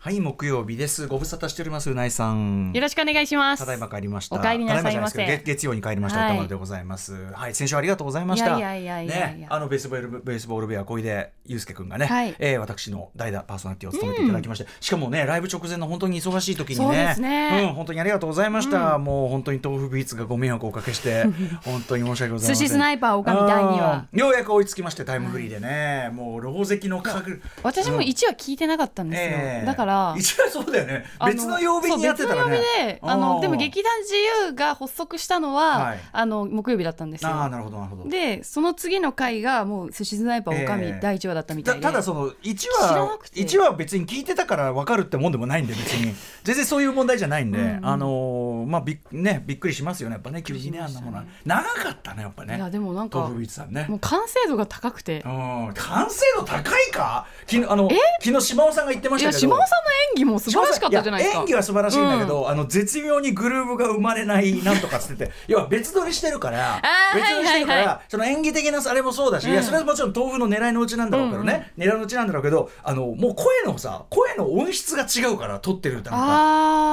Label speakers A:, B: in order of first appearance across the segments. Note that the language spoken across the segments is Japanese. A: はい木曜日ですご無沙汰しておりますうないさん
B: よろしくお願いします。
A: ただいま帰りました
B: お帰りなさいま
A: ただま
B: せ
A: じゃなですけど月月曜に帰りました、
B: はい
A: 歌丸でございますはい先週ありがとうございました
B: いやいやいやいやいや
A: ねあのベースボールベースボール部屋小出祐介くんがね、
B: はい
A: えー私の代打パーソナリティを務めていただきまして、しかもねライブ直前の本当に忙しい時にね
B: そうですね
A: うん本当にありがとうございました、もう本当に豆腐ビーツがご迷惑をおかけして 本当に申し訳ございません
B: 寿司スナイパー狼第二話
A: うんようやく追いつきましてタイムフリーでね、もう老石の価格
B: 私も
A: うん
B: 一話聞いてなかったんですよ。
A: ええ
B: だから。
A: 一応そうだよね
B: あ
A: 別の曜日にやってたらね
B: そう別の曜日であ
A: う
B: の
A: ん
B: でも劇団自由が発足したのは、
A: はい
B: あの木曜日だったんです
A: ああ
B: よ
A: なるほどなるほど
B: でその次の回がもう「寿司スナイパー狼、
A: ええ
B: 第1話だったみたい
A: た
B: で
A: ただその1
B: 知ら
A: 話
B: なくて
A: 一話は別に聞いてたから分かるってもんでもないんで別 に全然そういう問題じゃないんで、
B: うんうん
A: あのーまあびっ,、ね、びっくりしますよねやっぱね急にね
B: びっ
A: あ
B: く
A: ん
B: り
A: な
B: し
A: も
B: ま
A: の
B: したね
A: は長かったねやっぱ
B: いや
A: ね
B: でもなんか
A: 豆腐
B: も
A: ビーツさんね
B: う完成度が高くて
A: うん完成度高いか昨日あの昨日島尾さんが言ってま
B: い
A: した
B: や
A: けど
B: 島尾さんの演技も素晴らしかったじゃないです
A: や
B: か
A: 演技は素晴らしいんだけど、あの絶妙にグルーブが生まれないなんとかっつって て要は別撮りしてるから
B: あー
A: 別撮りしてるから、
B: はいはい
A: その演技的なあれもそうだし、
B: うん
A: いやそれはもちろん豆腐の狙いのうちなんだろうけどね、狙いのうちなんだろうけどあのもう声のさ声の音質が違うから撮ってる歌なんか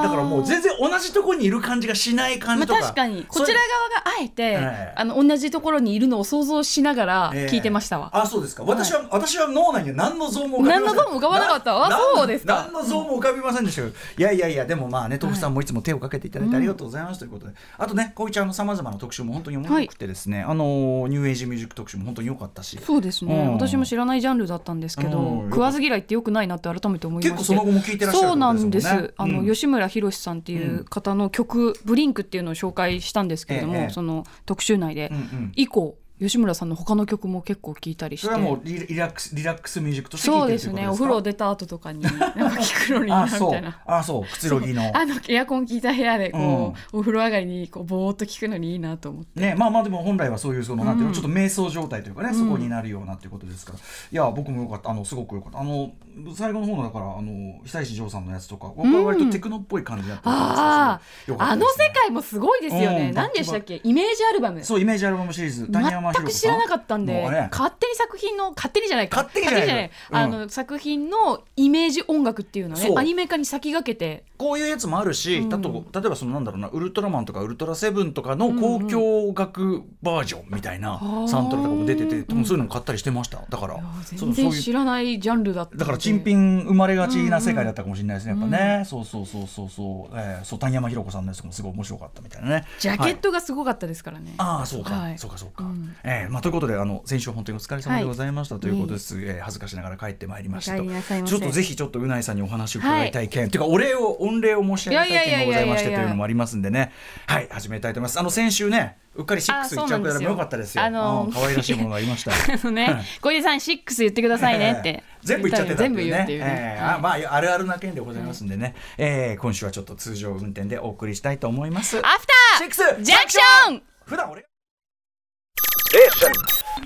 B: あー
A: だからもう全然同じとこにいる感じがしない感
B: ま
A: じ
B: あ、
A: とか、
B: 確かに
A: そ
B: こ
A: れ
B: ちら側があえて、
A: ええ
B: あの同じところにいるのを想像しながら
A: ええ
B: 聞いてましたわ、
A: あそうですか私は、私は脳内には何の像も
B: 何の像も浮かばなかったあそうですか
A: 何の像も浮かびませんでしたけど、いやいやいやでもまあね豆腐さんもいつも手をかけていただいてありがとうございますということで、あとねこういちゃんのさまざまな特集も本当に面白くてですね、あのーニューエイジミュージック特集も本当に良かったし
B: そうですね、
A: うん
B: 私も知らないジャンルだったんですけど、
A: うん
B: 食わず嫌いってよくないなって改めて思いまして
A: 結構その後も聞いてらっしゃる
B: そうなんです、
A: ってこと
B: あ
A: ですも
B: の
A: んね
B: 吉村博さんっていう方の曲「ブリンクっていうのを紹介したんですけれど
A: え
B: も、
A: え
B: その特集内で、
A: うんうん
B: 以降吉村さんの他の曲も結構聞いたりして
A: それはもうリリラックスリラックスミュージックとして聞
B: そ
A: いうてるっ
B: で
A: て
B: す
A: ことです
B: ね
A: か
B: お風呂出た後とかになんか聞くのにな
A: あ
B: み
A: そ
B: たいうな。
A: あそうくつろぎの
B: あのエアコン効いた部屋でこう、お風呂上がりにこうぼーっと聞くのにいいなと思って
A: ねまあまあでも本来はそういうそのなんていうの、
B: うん
A: ちょっと瞑想状態というかね、
B: うん
A: そこになるようなっていうことですからいや僕もよかったあのすごくよかったあの最後の方のだからあの久石譲さんのやつとか僕は割とテクノっぽい感じだった
B: あ
A: りとか
B: あ
A: してよかった
B: の
A: ですね
B: 世界もすごいですよね、
A: うん
B: 何でしたっけイメージアルバム
A: そうイメージアルバムシリーズ谷山
B: 全く知らなかったんで、
A: もうね
B: 勝手に作品の勝手にじゃないか
A: 勝手にじゃない
B: 勝手にじゃないあの作品のイメージ音楽っていうのをね
A: そう
B: アニメ化に先駆けて
A: こういうやつもあるし、
B: うん
A: だと例えばそのなんだろうなウルトラマンとかウルトラセブンとかの交響楽バージョンみたいな
B: うんうん
A: サントラとかも出てて、
B: あー
A: でもそういうのも買ったりしてましただから
B: いや
A: そ
B: 全
A: のそうい
B: 然
A: う
B: 知らないジャンルだったんで
A: だから珍品生まれがちな世界だったかもしれないですね、やっぱね、そうそうそうそうそう、えー、そう谷山ひろ子さんのやつもすごい面白かったみたいなね
B: ジャケッ
A: はい
B: トがすごかったですからね、
A: ああそうか、
B: はい
A: そうかそうか、
B: うん
A: えーまあ、ということであの先週は本当にお疲れ様でございました、
B: はい
A: ということです、えー恥ずかしながら帰ってまいりましたと
B: お帰りなさいませ
A: ちょっとぜひちょっとうないさんにお話を伺いたい件、ていうかお礼を御礼を申し上げたい件もございましてと
B: いやいやいやいやいや
A: いうのもありますんでねはい始めたいと思いますあの先週ねうっかり6
B: あ
A: 行
B: そ
A: っ
B: う
A: ちゃう
B: な
A: んく
B: で
A: らい
B: すよ
A: もよかったですよ
B: あのー
A: うん可愛らしいものがありました
B: あのね小出さん6言ってくださいねって、
A: ええ全部言っちゃってた
B: 全部言うっていうね、
A: ええ
B: はい
A: あまああるあるな件でございますんでね、ええ今週はちょっと通常運転でお送りしたいと思います
B: アフター
A: 6
B: ジャンクション
A: 普段俺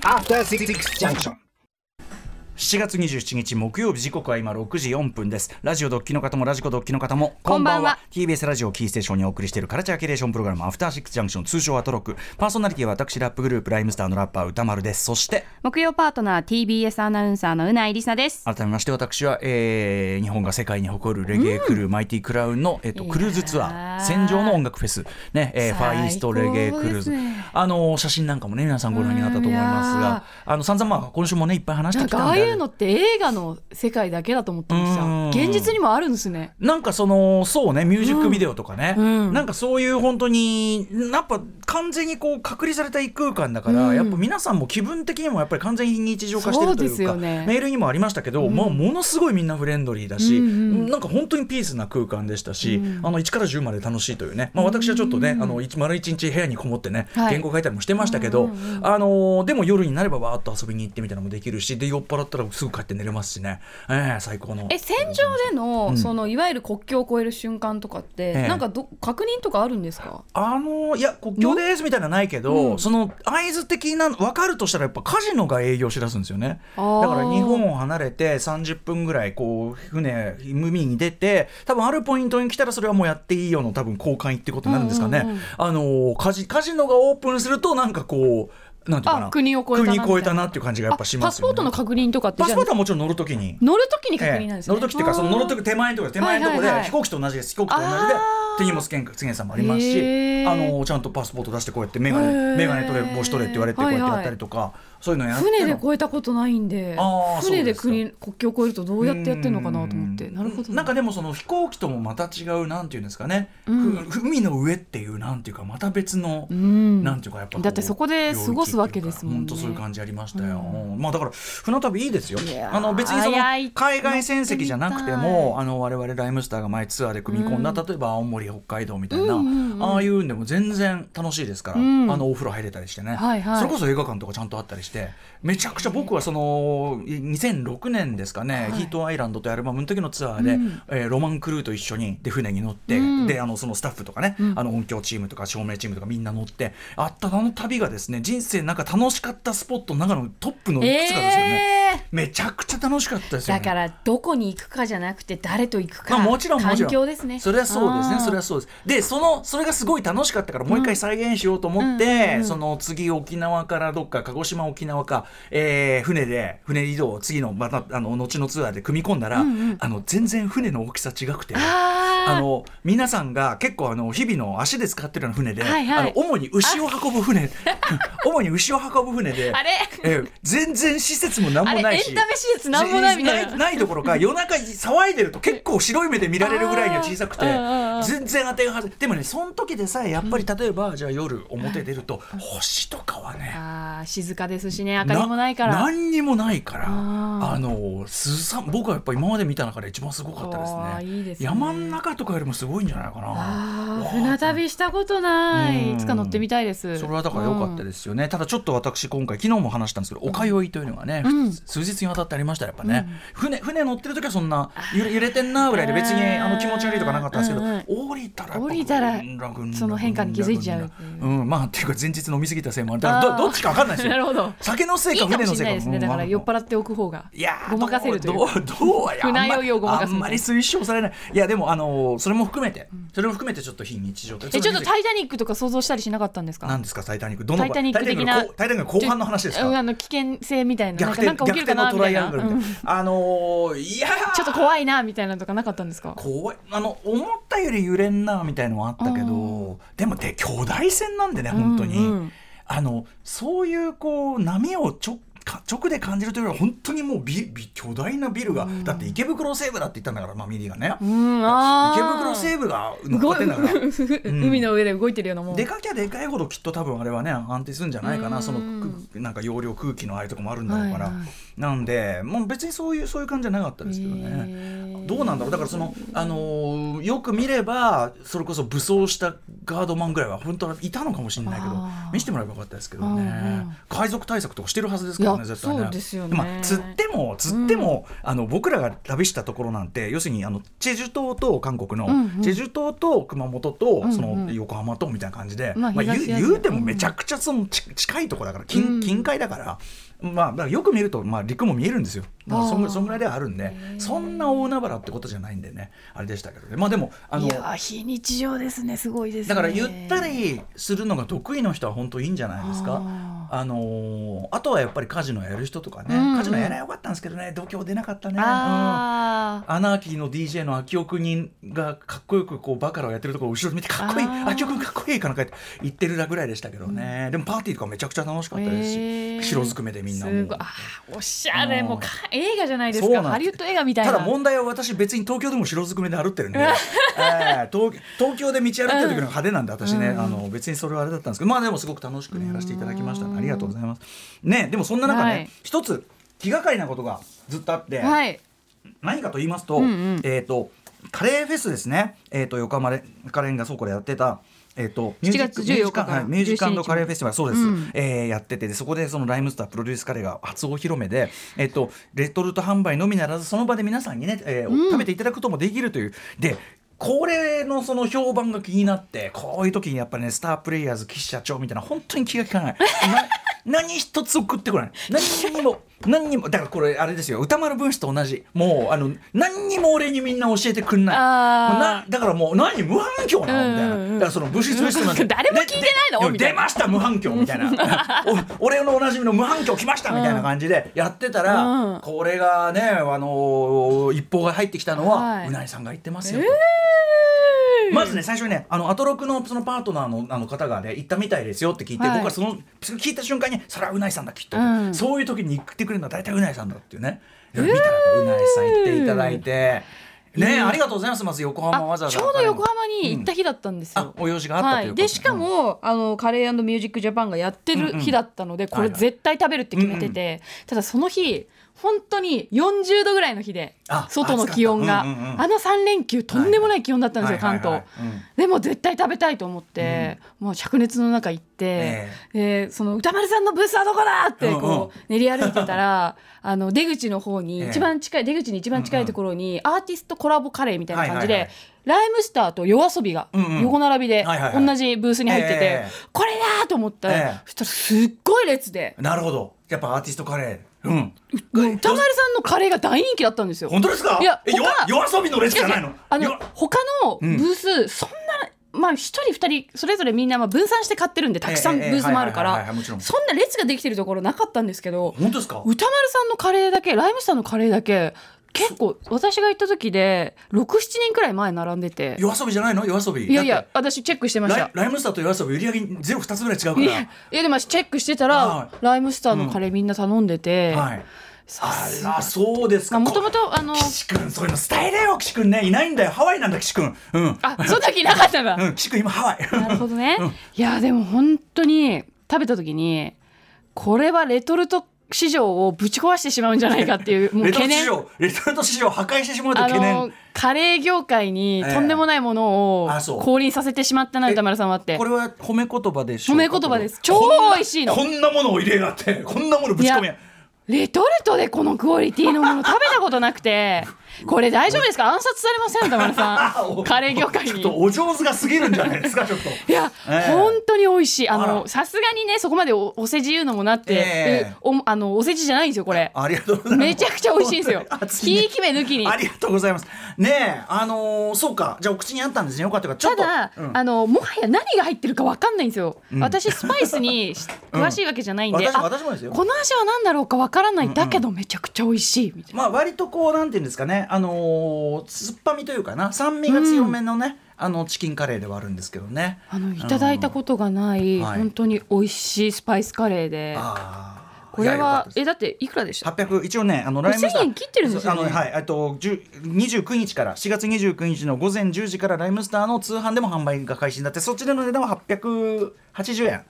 C: After Six Junction.
A: 7月27日木曜日時刻は今6時4分ですラジオドッキの方もラジコドッキの方も
B: こんばんは
A: TBS ラジオキーステーションにお送りしているカルチャーキュレーションプログラムアフターシックスジャンクション通称アトロックパーソナリティは私ラップグループライムスターのラッパー歌丸ですそして
B: 木曜パートナー TBS アナウンサーのうないりさです
A: 改めまして私は、えー日本が世界に誇るレゲエクルー、マイティクラウンの、えっと
B: いやー
A: クルーズツアー戦場の音楽フェス、ねえーファーイーストレゲエクルーズ、
B: 最高ですね
A: あの写真なんかもね皆さんご覧になったと思います
B: うんいや
A: があの散々まあ今週もねいっぱい話し
B: な
A: て
B: ん
A: きた
B: かああ
A: で
B: いうのって映画の世界だけだと思ってま
A: うん
B: した現実にもあるんですね
A: なんかそのそうねミュージックビデオとかね、
B: うんうん
A: なんかそういう本当にやっぱ完全にこう隔離された異空間だから、
B: うん
A: やっぱ皆さんも気分的にもやっぱり完全に非日常化してると
B: そう
A: い
B: です
A: うか
B: よね
A: メールにもありましたけど、まあ、ものすごいみんなフレンドリーだし、
B: うんうん
A: なんか本当にピースな空間でしたし、
B: うん
A: あの1から10まで楽しいというね、まあ、私はちょっとね、あの一丸一日部屋にこもってね、
B: はい
A: 原稿書いたりもしてましたけど、
B: うんうんうん
A: あのーでも夜になればわーっと遊びに行ってみたいなのもできるしで酔っ払ったらすぐ帰って寝れますしね、えー最高の。
B: え戦場での、
A: うん
B: そのいわゆる国境を越える瞬間とかって、
A: ええ
B: なんかど確認とかあるんですか
A: あのいや国境ですみたいなのはないけど、
B: うん
A: その合図的な分かるとしたらやっぱカジノが営業しだすんですよね
B: あ
A: だ
B: ー
A: から日本を離れて30分ぐらいこう船海に出て多分あるポイントに来たらそれはもうやっていいよの多分交換ってことになるんですかね、
B: うんうんうん
A: あのカジカジノがオープンするとなんかこうなんていうかな
B: あ国を越えたな
A: 国越えたなっていう感じがやっぱしますよ、ね、
B: あパスポートの確認とかって
A: パ
B: じ
A: ス
B: ゃ
A: ポー
B: あ
A: トはもちろん乗るときに
B: 乗るときに確
A: え
B: 認な
A: え
B: んですね、
A: 乗る時っていうかその乗る時手前のところ手前のところ
B: はいは
A: で
B: いはい
A: 飛行機と同じです飛行機と同じで
B: あー
A: 手荷物検査さんもありますし
B: へー
A: あのちゃんとパスポート出してこうやって眼
B: へ
A: 鏡
B: ー
A: 眼鏡取れ帽子取れって言われてこうやってやったりとか、そういうのやって
B: 船で
A: う
B: 越えたことないんで
A: あー
B: 船で
A: そうです
B: 国国境を越えるとどうやってやってるのかなと思って
A: うん
B: なるほどね
A: なんかでもその飛行機ともまた違うなんていうんですかね、
B: うん
A: ふ海の上っていうなんていうかまた別の、
B: うん
A: なんていうかやっぱう
B: だってそこで過ごすわけですもんね
A: 本当そういう感じありましたよ、うんまあだから船旅いいですよ
B: いやー
A: あの別にその
B: 早い
A: 海外船籍じゃなくて
B: 乗ってみ
A: もあの我々ライムスターが前ツアーで組み込んだ、例えば青森北海道みたいな、
B: うんうんうん
A: ああいうんでも全然楽しいですから、
B: うん
A: あのお風呂入れたりしてね、
B: はいはい
A: それこそ映画館とかちゃんとあったりしてめちゃくちゃ僕はそのい2006年ですかね「
B: はい
A: ヒートアイランド」というアルバムの時のツアーで、
B: うん
A: えーロマンクルーと一緒にで船に乗って、
B: うん
A: であのそのスタッフとかね、
B: うん
A: あの音響チームとか照明チームとかみんな乗ってあったあの旅がですね人生なんか楽しかったスポットの中のトップのいくつかですよね、
B: えー
A: めちゃくちゃ楽しかったですよね
B: だからどこに行くかじゃなくて誰と行くか、
A: まあもちろんもちろん
B: 環境ですね
A: それはそうです
B: あ
A: ね
B: ー
A: それはそうですでそのそれがすごい楽しかったからもう一回再現しようと思って、
B: うんうんうん
A: その次沖縄からどっか鹿児島沖縄か、えー船で船移動を次のまたあの後のツアーで組み込んだら、
B: うんうん
A: あの全然船の大きさ違くて。
B: あー
A: あの皆さんが結構あの日々の足で使ってるような船で、
B: はいは
A: あの
B: い
A: 主に牛を運ぶ船 主に牛を運ぶ船で
B: あれ
A: えー全然施設も何
B: あ
A: も
B: れ
A: ない
B: エ
A: し
B: ンタメ施設なんもないみたいな
A: ないないどころか夜中騒いでると結構白い目で見られるぐらいには小さくて
B: あーうんうんうん
A: 全然当てが外れでもねその時でさえやっぱり例えば、じゃあ夜表出ると星とかはね
B: あー静かですしね明かりもないから
A: 何にもないから
B: あー
A: あのすさ僕はやっぱ今まで見た中で一番すごかったです
B: あー
A: ね
B: いいですね
A: 山の中とかよりもすごいんじゃないか
B: あ
A: な
B: ー船旅したことない、
A: うん
B: いつか乗ってみたいです
A: それはだから良かった
B: す、
A: ですよね、ただちょっと私今回昨日も話したんですけど、おかよいというのがね、
B: う
A: ふ
B: ん
A: つ数日にわたってありましたやっぱね、船船乗ってる時はそんな揺れ揺れてんなぐらいで別に
B: うん
A: あの気持ち悪いとかなかったんですけど、
B: うん
A: 降りたらやっぱ
B: 降りたら
A: ぐんらぐんら
B: その変化に気づいちゃうっていう
A: うんまあっていうか前日飲み過ぎたせいもあるだからど
B: あー
A: どっちか分かんないです
B: なる
A: よ
B: ほど
A: 酒のせい
B: い
A: か
B: いか
A: 船
B: も
A: の
B: し
A: せい
B: れな
A: か
B: いですねだから酔っ払っておく方が
A: いやー
B: ごまかせるという
A: どうどうや
B: 船酔いをごまかす
A: あんまり推奨されないいやでもあのそれも含めてそれも含めてちょっと非日常というか
B: えちょっと「タイタニック」とか想像したりしなかったんです
A: な
B: か
A: んですか、タイタニック。どの
B: タイタニック的な
A: タイタニックの後半の話です
B: うん
A: か
B: あの危険性みたいな
A: 逆
B: なんか
A: 転
B: なんか
A: 逆
B: 起きる
A: 転
B: か
A: の
B: な
A: ト
B: みた
A: ラ
B: い
A: イア
B: な
A: ングルみた
B: う
A: い
B: ん
A: な。あのー、いやー
B: ちょっと怖いなみたいなのとかなかったんですか
A: 怖いあの思ったより揺れんなみたいのはあったけ
B: う
A: どでもで巨大船なんでね本当に、
B: うんうん
A: あのそういうこう波をちょか直で感じるというよりは本当にもうビビ巨大なビルが、だって池袋西部だって言ったんだからまあミリーがね、
B: うんあ
A: 池
B: ー
A: 袋西部が乗っか
B: 動
A: っ
B: い
A: てんだからん
B: 海の上で動いてるようなもん
A: でかきゃでかいほどきっと多分あれはね安定するんじゃないか
B: う
A: なんそのくなんか容量空気のあれとかもあるんだろうから、
B: はいはい
A: なんでもう別にそういうそういう感じじゃなかったですけど
B: へ
A: ね
B: ー
A: どうなんだろうだからその、あのーよく見ればそれこそ武装したガードマンぐらいは本当はいたのかもしれないけど
B: あー
A: 見せてもらえばよかったですけど
B: うん
A: ね
B: うん
A: 海賊対策とかしてるはずですから
B: い
A: ね
B: や
A: 絶対ね
B: そうですよね
A: まあ、釣っても釣っても、あの僕らが旅したところなんて要するにあのチェジュ島と韓国の、
B: うんうん
A: チェジュ島と熊本と、そ
B: うん
A: の
B: うん
A: 横浜とみたいな感じで、
B: まあ
A: まあ、言う
B: 東アジア
A: 言うてもめちゃくちゃそのち近いところだから
B: う
A: 近
B: ん
A: 近海だから。まあ、だからよく見ると、まあ、陸も見えるんですよ、だからそん
B: あー
A: そんぐらいではあるんでそんな大海原ってことじゃないんでねあれでしたけどねまあでもあの
B: いやー非日常ですねすごいですね
A: だからゆったりするのが得意の人は本当いいんじゃないですか
B: あ。
A: あのーあとはやっぱりカジノやる人とかね、
B: うんうん
A: カジノやらよかったんですけどね度胸出なかったね。うん
B: あー
A: アナーキーの DJ の秋尾くんがかっこよくこうバカラをやってるところを後ろで見てかっこいい
B: あー
A: 秋尾くんかっこいいかなんか言ってるぐらいでしたけどね、でもパーティーとかめちゃくちゃ楽しかったですし、
B: へー
A: 白ずくめでみんなもう
B: すごいあーおしゃれ
A: うん
B: もうか映画じゃないです
A: そうなん
B: か
A: です
B: ハリウッド映画みたい
A: た
B: な
A: だ問題は私別に東京でも白ずくめで歩ってるんで、 ええ東東京で道歩ってる時の方が派手なんで私ね、あの別にそれはあれだったんですけどまあでもすごく楽しくねやらせていただきましたありがとうございますねでもそんな中ね、
B: はい
A: 一つ気がかりなことがずっとあって、
B: はい
A: 何かと言いますと、
B: うんうん
A: えっ、とカレーフェスですね、えー、と横浜でカレーが倉庫でやってた。えー、とミュージック
B: 7月14日から
A: はいミュージッ
B: 17
A: ク
B: 日
A: カレーフェスティバルそうです、
B: うん
A: えーやっててでそこでそのライムスタープロデュースカレーが初お披露目で、えー、とレトルト販売のみならずその場で皆さんにね、えー食べていただくこともできるというでこれのその評判が気になってこういう時にやっぱりねスタープレイヤーズ岸社長みたいな本当に気が利かない。な何一つ送ってこない何にも何にもだからこれあれですよ歌丸分子と同じもうあの何にも俺にみんな教えてくんない
B: あー
A: なだからもう何無反響なのみたいな、
B: うんうんうん
A: だからその物質物質なんて
B: 誰も聞いてないの
A: で
B: み
A: で
B: た
A: 出
B: いな
A: ました無反響みたい なお俺のおなじみの無反響来ましたみたいな感じでやってたら、
B: うん
A: これがねあのー一報が入ってきたのは、
B: はいう
A: なりさんが言ってますよと、まずね最初にねあのアトロクのそのパートナーのあの方がね行ったみたいですよって聞いて、
B: はい
A: 僕はその聞いた瞬間にそれはうないさんだきっと、
B: うん
A: そういう時に言ってくれるのは大体うないさんだっていうね、で見たらうないさん行っていただいてね、ありがとうございますまず横浜わざ
B: あ
A: わざ
B: ちょうど横浜に行った日だったんです
A: あ
B: よ。
A: お用事があった
B: は
A: という
B: い、
A: こと
B: でしかも、あのカレーミュージックジャパンがやって
A: うんうん
B: る日だったので、こ
A: は
B: れ
A: いはい
B: 絶対食べるって決めてて、ただその日本当に40度ぐらいの日で
A: あ
B: 外の気温が、
A: 暑かったうんうんうん
B: あの3連休とんでもない気温だったんですよ、
A: はいはいはい
B: 関東、でも絶対食べたいと思って、もう灼熱の中行って、
A: え
B: でその歌丸さんのブースはどこだって
A: うんうん
B: こう練り歩いて たらあの出口の方に
A: ええ
B: 一番近い、出口に一番近いところにアーティストコラボカレーみたいな感じで、
A: はいはいはい
B: ライムスターと夜遊びが
A: うんうん
B: 横並びで
A: はいはいはい
B: 同じブースに入って
A: え
B: て、
A: え
B: これだと思ったら、
A: ええ
B: そしたらすっごい列で
A: なるほどやっぱアーティストカレーうん
B: もう歌丸さんのカレーが大人気だったんですよ。
A: 本当ですか
B: いや
A: え
B: 他
A: よ夜遊びの列じゃないの
B: あの
A: よ
B: 他のブース、そんなまあ一人二人それぞれみんなまあ分散して買ってるんでたくさん
A: え
B: ブ
A: えええ
B: ースもあるか
A: はいはいはい
B: ら
A: はいもちろん
B: そんな列ができてるところなかったんですけど
A: 本当ですか
B: 歌丸さんのカレーだけライムスターのカレーだけ結構私が行った時で67人くらい前並んでて
A: 夜遊びじゃないの夜遊び
B: いやい
A: だっ
B: や
A: て
B: 私チェックしてまし
A: ラ
B: た
A: イ。ライムスターと夜遊び売り上げゼロ二つぐらい違うか
B: い
A: ら
B: やいやでも私チェックしてた
A: は
B: ら
A: い
B: ライムスターのカレーみんな頼んでて
A: はい。
B: さ
A: あ
B: すが
A: ら、そうですか。
B: もとも
A: と。
B: とあの
A: 岸君、そういうの伝えれよ、岸君ね、いないんだよ、ハワイなんだ、岸君。うん。
B: あその時いなかったんだ
A: うん、岸君、今ハワイ。
B: なるほどね。いやでも本当に食べた時にこれはレトルト市場をぶち壊してしまうんじゃないかっていうもう
A: レト
B: 懸
A: ルト
B: 念
A: 市。場、レトルト市場を破壊してしまうと
B: あ
A: 懸
B: の
A: 念。
B: カレー業界にとんでもないもの
A: ええあ
B: を
A: そう
B: 降臨させてしまったな
A: え
B: 歌丸さんはって
A: こ。れは褒め言葉でしょ
B: 褒め言葉です
A: これ
B: 超美味しいの
A: こんなものを入れやがって、こんなものぶち込みや。
B: レトルトでこのクオリティのもの食べたことなく てこれ大丈夫ですか暗殺されません歌丸
A: あ
B: さ
A: お
B: んカレー業界
A: ちょっ
B: に
A: とお上手が過ぎるんじゃないですか、ちょっと。
B: いや、
A: ええ
B: 本当に美味しいあ
A: あら
B: のさすがにねそこまでおお世辞言うのもなって、
A: ええ
B: おあのお世辞じゃないんですよこれ
A: ありがとうございます。
B: めちゃくちゃ美味しいんですよ
A: 熱いね
B: ひいき目抜きに
A: ありがとうございます。ねえ、あのー、そうか、じゃあお口にあったんですね。よかったよかった。ちょ
B: た
A: っと。
B: だ、
A: うん
B: あのもはや何が入ってるかわかんないんですよ、私スパイスにし詳しいわけじゃないんで、
A: 私も
B: あ
A: 私もですよ
B: この味は何だろうかわからない、だけどめちゃくちゃ美味しいみたいな、
A: まあ割とこうなんていうんですかね、あのー酸っぱみというかな酸味が強めのね、あのチキンカレーではあるんですけどね。
B: あのいただいたことがない、
A: うんはい
B: 本当に美味しいスパイスカレーで
A: あー
B: これ
A: いやよかっ
B: は
A: たです
B: えだっていくらでした
A: 八百一応ねあのライムスタ
B: 1000
A: ー
B: 円切ってるんですよね
A: あのはいえっと十二十九日から四月二十九日の午前十時からライムスターの通販でも販売が開始になってそっちでの値段は八百八十円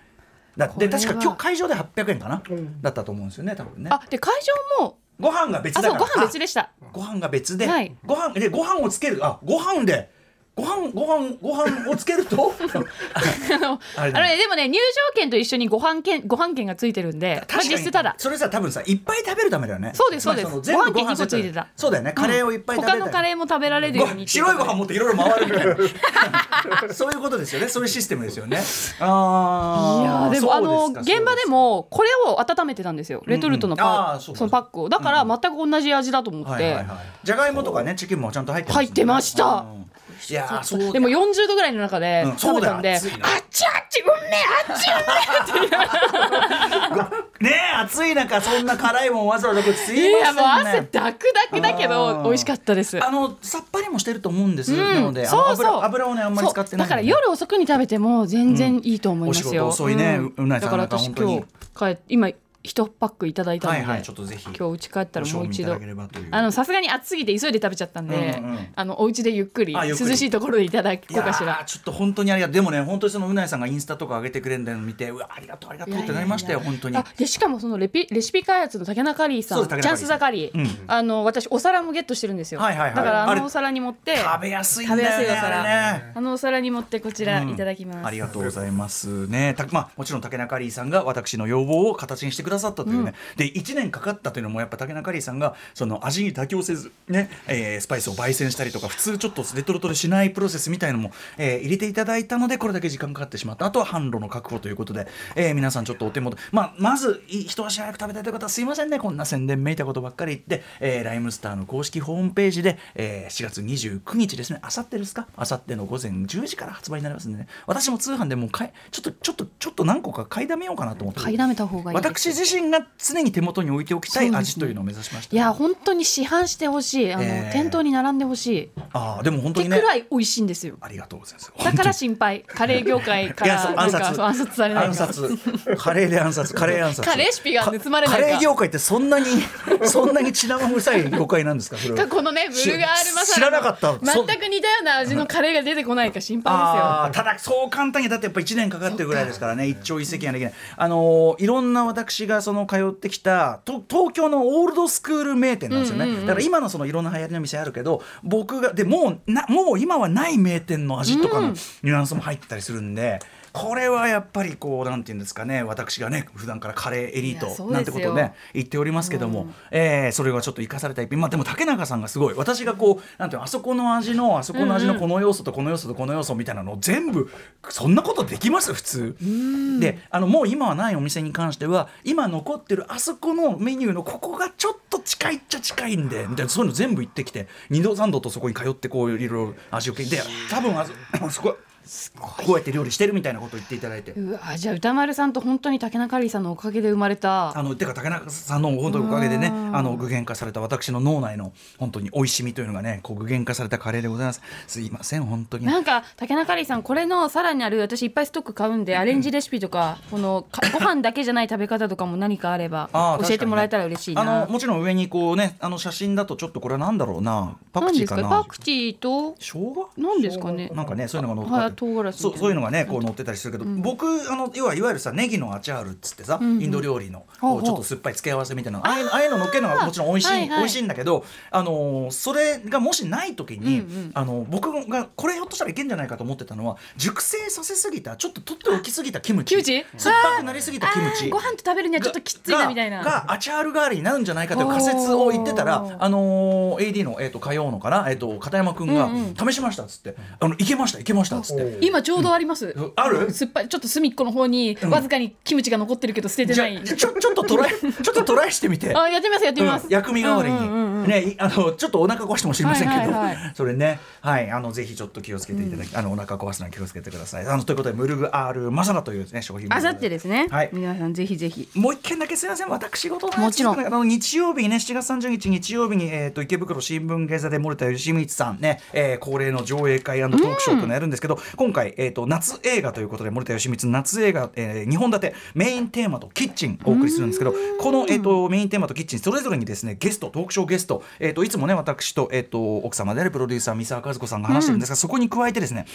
A: だっ
B: こ
A: て
B: れは
A: 確か今日会場で八百円かな、だったと思うんですよね多分ね。
B: あで会場も
A: ご飯が別
B: あ
A: だか
B: そ
A: ら
B: うご飯別でした
A: ご飯が別で、
B: はい
A: ご飯でご飯をつけるあご飯でご飯ご飯ご飯をつける と
B: あの
A: あ
B: あ
A: れ
B: れ
A: だ
B: でもね入場券と一緒にご飯券ご飯券がついてるんでまあ実質ただ
A: それさ多分さいっぱい食べるためだよね
B: そうですそうです
A: つまりの全部
B: ご飯券一個ついてた
A: そうだよねカレーをいっぱい食べた
B: 他のカレーも食べられるように
A: ご白いご飯持っていろいろ回るみたいな そういうことですよねそういうシステムですよねあー
B: いやーでもあの
A: そうすか
B: 現場でもこれを温めてたんですよレトルトの
A: あ
B: パ,、
A: ーそうか
B: そのパックをだから全く同じ味だと思
A: そう
B: っ
A: ですはい
B: て、
A: はいはいじゃがいもとかねチキンもちゃんと入って
B: 入ってました
A: うんいやーそう
B: でも40度ぐらいの中で
A: うん
B: 食べたんで、
A: そ
B: あ
A: う
B: っ
A: だよ暑いな
B: ちあっちうんめえあっち
A: ねえ暑い中そんな辛いもんわざわざこれすいませ
B: い
A: んね
B: やもう汗ダクダクだけ
A: あ
B: ど
A: ー
B: 美味しかったです
A: あのさっぱりもしてると思うんです、
B: うん
A: なのであの
B: そうそう
A: 油油をねあんまり使ってない
B: そうだから夜遅くに食べても全然いいと思いますよ、
A: お仕事遅いねううなえさん
B: だから
A: なんか
B: 私
A: 本当に
B: 今日帰っ今一パックいただいたの
A: は
B: で、
A: いはいちょっとぜひ
B: 今日家帰ったらもう一
A: ご賞味いた
B: 度
A: だければという
B: あのさすがに暑すぎて急いで食べちゃったんで、
A: うんうん
B: あのお家でゆっくり
A: あゆっくり
B: 涼しいところでいただこ
A: いうや
B: かし
A: ー
B: ら
A: ちょっと本当にありがとうでもね本当にそのうなえさんがインスタとか上げてくれるの見てうわありがとうありがとうってなりましたよ本当に
B: あでしかもそのレピレシピ開発の竹中カリーさ
A: そうんです竹
B: チ
A: 中カ
B: ャ
A: リー
B: ン
A: さん
B: スザカリー、あの私お皿もゲットしてるんですよ、
A: はいはいはい
B: だから
A: あ
B: あ
A: れ
B: のお皿に持って
A: 食べやすいんだよね
B: 食べやすいお皿
A: あれね
B: あのお皿に持ってこちらいただきます、
A: ありがとうございますねたまあもちろん竹中里さんが私の要望を形にしてくださったというね、で1年かかったというのもやっぱ竹中里さんがその味に妥協せず、ねえースパイスを焙煎したりとか普通ちょっとレトルトでしないプロセスみたいのも、えー入れていただいたのでこれだけ時間かかってしまったあとは販路の確保ということで、えー皆さんちょっとお手元、まあ、まずい一足早く食べたいという方はすいませんねこんな宣伝めいたことばっかり言って、えーライムスターの公式ホームページで、えー4月29日ですねあさってですかあさっての午前10時から発売になりますんでね私も通販でもう買いちょっとちょっとちょっと何個か買いだめようかなと思って
B: 買いだめた方がいいです
A: 私自身が常に手元に置いておきたい味というのを目指しました、
B: いや本当に市販してほしいあの、
A: えー
B: 店頭に並んでほしい
A: ああでも本当
B: って
A: に
B: く
A: ね
B: らい美味しいんですよ
A: ありがとうございます
B: だから心配カレー業界か
A: いや
B: ら
A: そう
B: な
A: 暗
B: んか
A: 殺
B: そう暗殺されない
A: 暗
B: か
A: 殺カレーで暗殺カレー暗殺
B: カレーレシピが盗まれないか
A: カレー業界ってそんなにそんなに血生臭い業界なんですかそれは
B: 過去のねブルガールマサ
A: 知ら
B: ラの
A: なかったそ
B: 全く似たような味のカレーが出てこないか心配ですよ
A: あーただそう簡単にだってやっぱ1年かかってるぐらいですからね一朝一夕にはできない、あのーいろんな私がその通ってきたと東京のオールドスクール名店なんですよね、だから今のそのいろんな流行りの店あるけど僕がでもうなもう今はない名店の味とかのニュアンスも入ってたりするんで。これはやっぱりこうなんていうんですかね私がね普段からカレーエリ
B: いや
A: ー
B: そ
A: ト
B: うですよ
A: なんてことをね言っておりますけども、えーそれがちょっと生かされた一品まあでも竹中さんがすごい私がこうなんていうのあそこの味のあそこの味のこの要素とこの要素とこの要素みたいなのを全部そんなことできます普通であのもう今はないお店に関しては今残ってるあそこのメニューのここがちょっと近いっちゃ近いんでみたいなそういうの全部行ってきて二度三度とそこに通ってこういろいろ味を聞いてで多分あそあそこはこうやって料理してるみたいなことを言っていただいて。
B: うわじゃあ歌丸さんと本当に竹中里さんのおかげで生まれた
A: あのてか竹中さんの本当におかげでね
B: うん
A: あの具現化された私の脳内の本当に美味しみというのがねこう具現化されたカレーでございますすいません本当に
B: なんか竹中里さんこれのさらにある私いっぱいストック買うんでアレンジレシピとかこの かご飯だけじゃない食べ方とかも何かあれば
A: あー
B: 教えてもらえたら嬉しい
A: あ
B: な
A: のもちろん上にこうねあの写真だとちょっとこれはなんだろうなパク
B: 何
A: チー
B: です
A: か
B: か
A: な
B: パクチーと
A: 生姜
B: 何ですかね
A: なんかねそういうのが乗っ
B: は
A: かっ
B: い
A: て
B: 唐辛子みたい
A: そ
B: な
A: うそういうのがねこう乗ってたりするけど、僕あの要はいわゆるさネギのアチャールっつってさ、インド料理の
B: ほう
A: こ
B: ほ
A: う
B: う
A: ちょっと酸っぱい付け合わせみたいなのああいうああいうの乗っけるのがもちろん美味しい、
B: はいはい
A: 美味しいんだけどあのーそれがもしない時に、あの僕がこれひょっとしたらいけんじゃないかと思ってたのは熟成させすぎたちょっと取っておきすぎたキムチ
B: キムチ
A: 酸っぱくなりすぎたキム
B: あー
A: チ
B: ご飯と食べるにはちょっときついなみたい
A: が
B: な
A: がアチャール代わりになるんじゃないかという仮説を言ってたら
B: おー
A: あのー AD の、えー、と火曜のかな、えー、と片山君が
B: うんう
A: 「試しました」っつって「あのいけましたいけました」っつって。
B: 今ちょうどあります、
A: うんある
B: 酸っぱいちょっと隅っこの方にわずかにキムチが残ってるけど捨てて
A: じゃ
B: な
A: あ
B: い、
A: ちょちょっとトラ イちょっとトライしてみて
B: あやってみますやってみます、
A: うん薬味代わりに、
B: うんうんうん
A: ねいあのちょっとお腹壊しても知りませんけど、
B: はいはいは
A: それねはいあのぜひちょっと気をつけていただき、あのお腹壊すのは気をつけてくださいあのということでムルグアールマサラという、ね、商品
B: あさってですね、
A: はい
B: 皆さんぜひぜひ
A: もう一件だけすみません、私事なんです
B: もちろん
A: あの日曜日にね、7月30日日曜日に、えー、と池袋新聞芸座で森田義光さんね、えー恒例の上映会トークショーというのをやるんですけど、今回、えー、と夏映画ということで森田義光の夏映画、え2本立てメインテーマとキッチンお送りするんですけど、この、えー、とメインテーマとキッチンそれぞれにですねゲストトークショーゲスト、えー、といつもね私と,、えー、と奥様であるプロデューサー三沢和子さんが話してるんですが、そこに加えてですね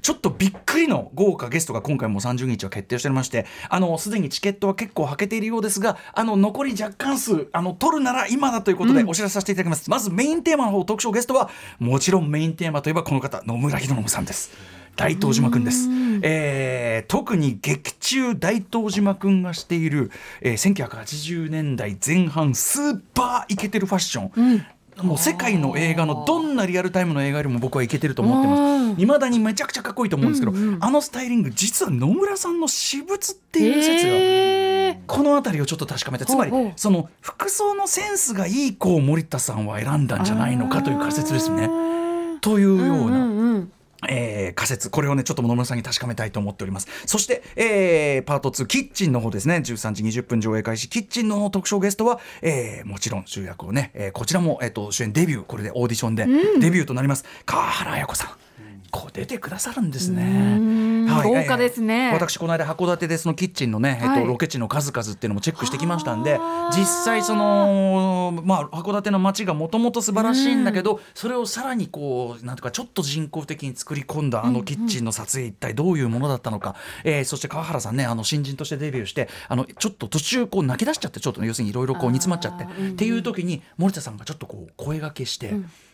A: ちょっとびっくりの豪華ゲストが今回もう30日は決定しておりましてあのすでにチケットは結構はけているようですがあの残り若干数あの取るなら今だということでお知らせさせていただきます、まずメインテーマの方特賞ゲストはもちろんメインテーマといえばこの方野村弘信さんです大東島くんです、えー特に劇中大東島くんがしている、えー1980年代前半スーパーイケてるファッション、もう世界の映画のどんなリアルタイムの映画よりも僕はいけてると思って
B: うん
A: ますいまだにめちゃくちゃかっこいいと思うんですけど、あのスタイリング実は野村さんの私物っていう説が、
B: えー
A: この辺りをちょっと確かめてつまり
B: ほうほう
A: その服装のセンスがいい子を森田さんは選んだんじゃないのかという仮説ですね。というような、
B: うんうん
A: えー仮説これをねちょっと野村さんに確かめたいと思っておりますそして、えーパート2キッチンの方ですね13時20分上映開始キッチンの特賞ゲストは、えーもちろん主役をね、えーこちらも、えー、と主演デビューこれでオーディションでデビューとなります、川原綾子さんこう出てくださるんですね。はい
B: 豪華ですね
A: えー私この間函館でそのキッチンのね、えっ
B: は
A: と
B: い
A: ロケ地の数々っていうのもチェックしてきましたんで
B: はあ
A: 実際そのまあ函館の街がもともと素晴らしいんだけど、それをさらにこうなんとかちょっと人工的に作り込んだあのキッチンの撮影一体どういうものだったのか、えーそして川原さんねあの新人としてデビューしてあのちょっと途中こう泣き出しちゃってちょっとね要するにいろいろこう煮詰まっちゃって
B: あーうん
A: っていう時に森田さんがちょっとこう声がけして、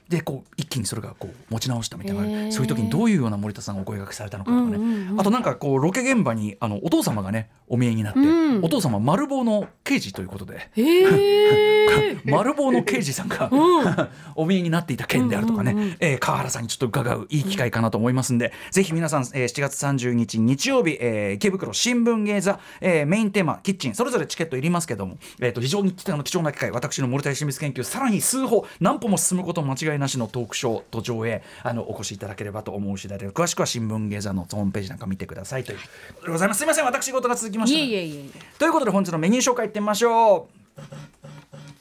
A: でこう一気にそれがこう持ち直したみたいな、
D: へー
A: そういう時にどういうような森田さんがお声掛けされたのかとかね、
D: うんうんうん
A: あとなんかこうロケ現場にあのお父様がねお見えになって、
D: うん
A: お父様丸棒の刑事ということで。
D: へ え
A: 丸棒の刑事さんが、 お見えになっていた件であるとかね、
D: うんうんうん
A: えー川原さんにちょっと伺ういい機会かなと思いますんで、ぜひ皆さん、えー7月30日日曜日、えー池袋新聞芸座、えーメインテーマキッチンそれぞれチケットいりますけども、えー、と非常にあの貴重な機会私のモルタイ清水研究さらに数歩何歩も進むこと間違いなしのトークショーと上映あのお越しいただければと思う次第で詳しくは新聞芸座のホームページなんか見てくださいということでございますすいません私事が続きました
D: いえい
A: ね、
D: えいえいえ
A: ということで本日のメニュー紹介いってみましょう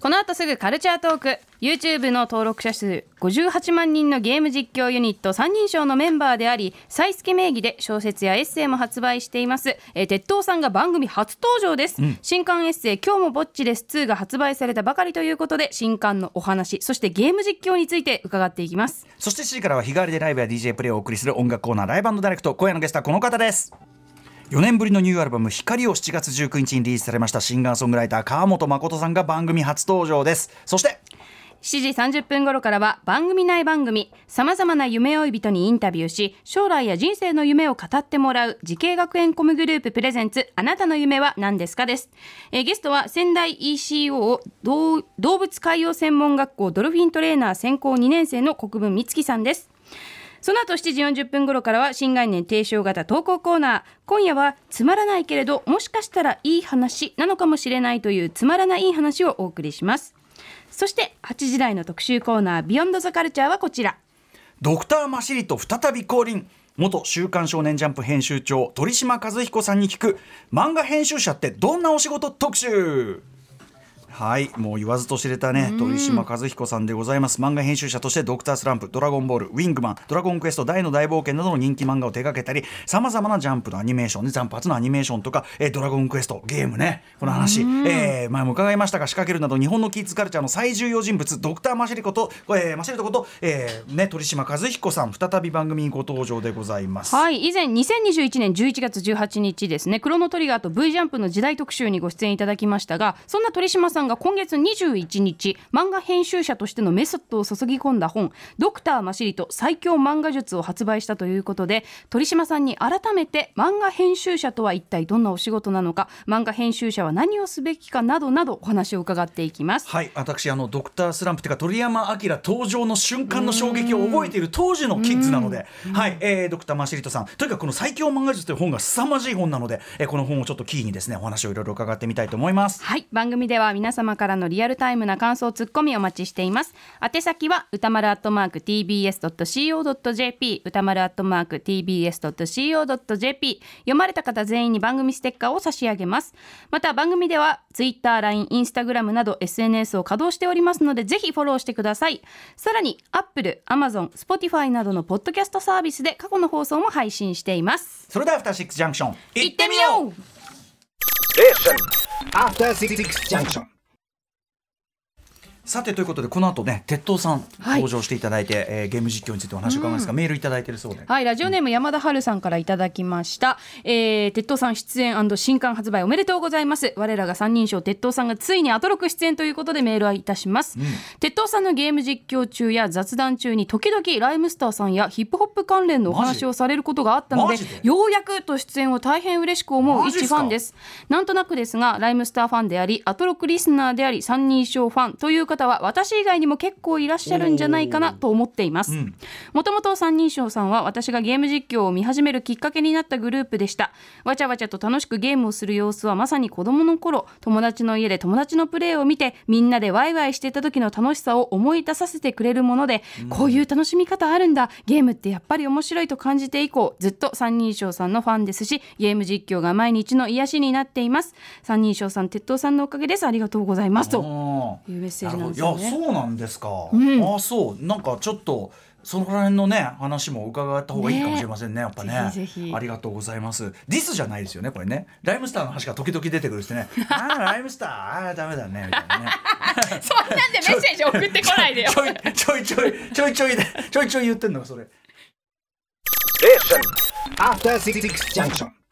B: この後すぐカルチャートーク YouTube の登録者数58万人のゲーム実況ユニット三人称のメンバーでありサイスケ名義で小説やエッセイも発売しています、えー鉄塔さんが番組初登場です、新刊エッセイ今日もぼっちです2が発売されたばかりということで新刊のお話そしてゲーム実況について伺っていきます
A: そして7時からは日替わりでライブや DJ プレイをお送りする音楽コーナーライブダイレクト今夜のゲストはこの方です4年ぶりのニューアルバム「光」を7月19日にリリースされましたシンガーソングライター川本誠さんが番組初登場ですそして
B: 7時30分頃からは番組内番組さまざまな夢追い人にインタビューし将来や人生の夢を語ってもらう慈恵学園コムグループプレゼンツあなたの夢は何ですかです、えーゲストは仙台 ECO 動動物海洋専門学校ドルフィントレーナー専攻2年生の国分美月さんですその後7時40分頃からは新概念提唱型投稿コーナー。今夜はつまらないけれどもしかしたらいい話なのかもしれないというつまらない話をお送りします。そして8時台の特集コーナービヨンドザカルチャーはこちら。
A: ドクターマシリと再び降臨元「週刊少年ジャンプ」編集長鳥島和彦さんに聞く漫画編集者ってどんなお仕事特集はいもう言わずと知れたね鳥島和彦さんでございます漫画編集者として「ドクタースランプ」「ドラゴンボール」「ウィングマン」「ドラゴンクエスト」「大の大冒険」などの人気漫画を手掛けたりさまざまなジャンプのアニメーションねジャンプ初のアニメーションとか「えードラゴンクエスト」ゲームねこの話、えー前も伺いましたが仕掛けるなど日本のキッズカルチャーの最重要人物ドクターマシリこと、えーマシリトこと、えーね、鳥島和彦さん再び番組にご登場でございます。
B: はい、以前2021年11月18日ですね、クロノトリガーと V ジャンプの時代特集にご出演いただきましたが、そんな鳥島さんが今月21日、漫画編集者としてのメソッドを注ぎ込んだ本、ドクターマシリと最強漫画術を発売したということで、鳥島さんに改めて漫画編集者とは一体どんなお仕事なのか、漫画編集者は何をすべきかなどなどお話を伺っていきます。
A: はい、私あのドクタースランプというか鳥山明登場の瞬間の衝撃を覚えている当時のキッズなので、はい、えードクターマシリトさん、とにかくこの最強漫画術という本が凄まじい本なので、えーこの本をちょっとキーにですねお話をいろいろ伺ってみたいと思います。
B: はい番組では皆様からのリアルタイムな感想ツッコミお待ちしています宛先は歌丸アットマーク tbs.co.jp 歌丸アットマーク tbs.co.jp 読まれた方全員に番組ステッカーを差し上げますまた番組では Twitter、LINE、Instagram など SNS を稼働しておりますのでぜひフォローしてくださいさらに Apple、Amazon、Spotify などのポッドキャストサービスで過去の放送も配信しています
A: それではアフターシックスジャンクション、
B: いってみよう
C: After Six Junction.
A: さてということでこの後ね鉄塔さん
B: はい
A: 登場していただいて、えーゲーム実況についてお話を伺うんですが、メールいただいてるそうで。
B: はい、ラジオネーム山田春さんからいただきました。えー、鉄塔さん出演新刊発売おめでとうございます。我らが三人称鉄塔さんがついにアトロク出演ということでメールはいたします。鉄塔さんのゲーム実況中や雑談中に時々ライムスターさんやヒップホップ関連のお
A: マジ
B: 話をされることがあったの
A: マ
B: で
A: ジで、
B: ようやくと出演を大変嬉しく思う
A: マジっす
B: 一フ
A: か
B: ァンです。なんとなくですが、ライムスターファンであり、アトロクリスナーであり、三人称ファンという方は私以外にも結構いらっしゃるんじゃないかなと思っています。もともと三人称さんは私がゲーム実況を見始めるきっかけになったグループでしたわちゃわちゃと楽しくゲームをする様子はまさに子供の頃友達の家で友達のプレーを見てみんなでワイワイしていた時の楽しさを思い出させてくれるもので、こういう楽しみ方あるんだゲームってやっぱり面白いと感じて以降ずっと三人称さんのファンですしゲーム実況が毎日の癒しになっています三人称さん鉄塔さんのおかげですありがとうございますと
A: あー
B: いうメッセージなんですよね
A: なるほどいやそうなんですか。ああそうなんかちょっとその辺のね話も伺った方がいいかもしれませんねやっぱね
D: ぜひぜひ
A: ありがとうございますディスじゃないですよねこれねライムスターの話が時々出てくるしてねああライムスターああダメだねみたい なね
D: そんなんでメッセージ送ってこないでよ
A: ちょいちょいちょいちょいちょいでちょいちょい言ってんのがそれ
C: After Six Junction.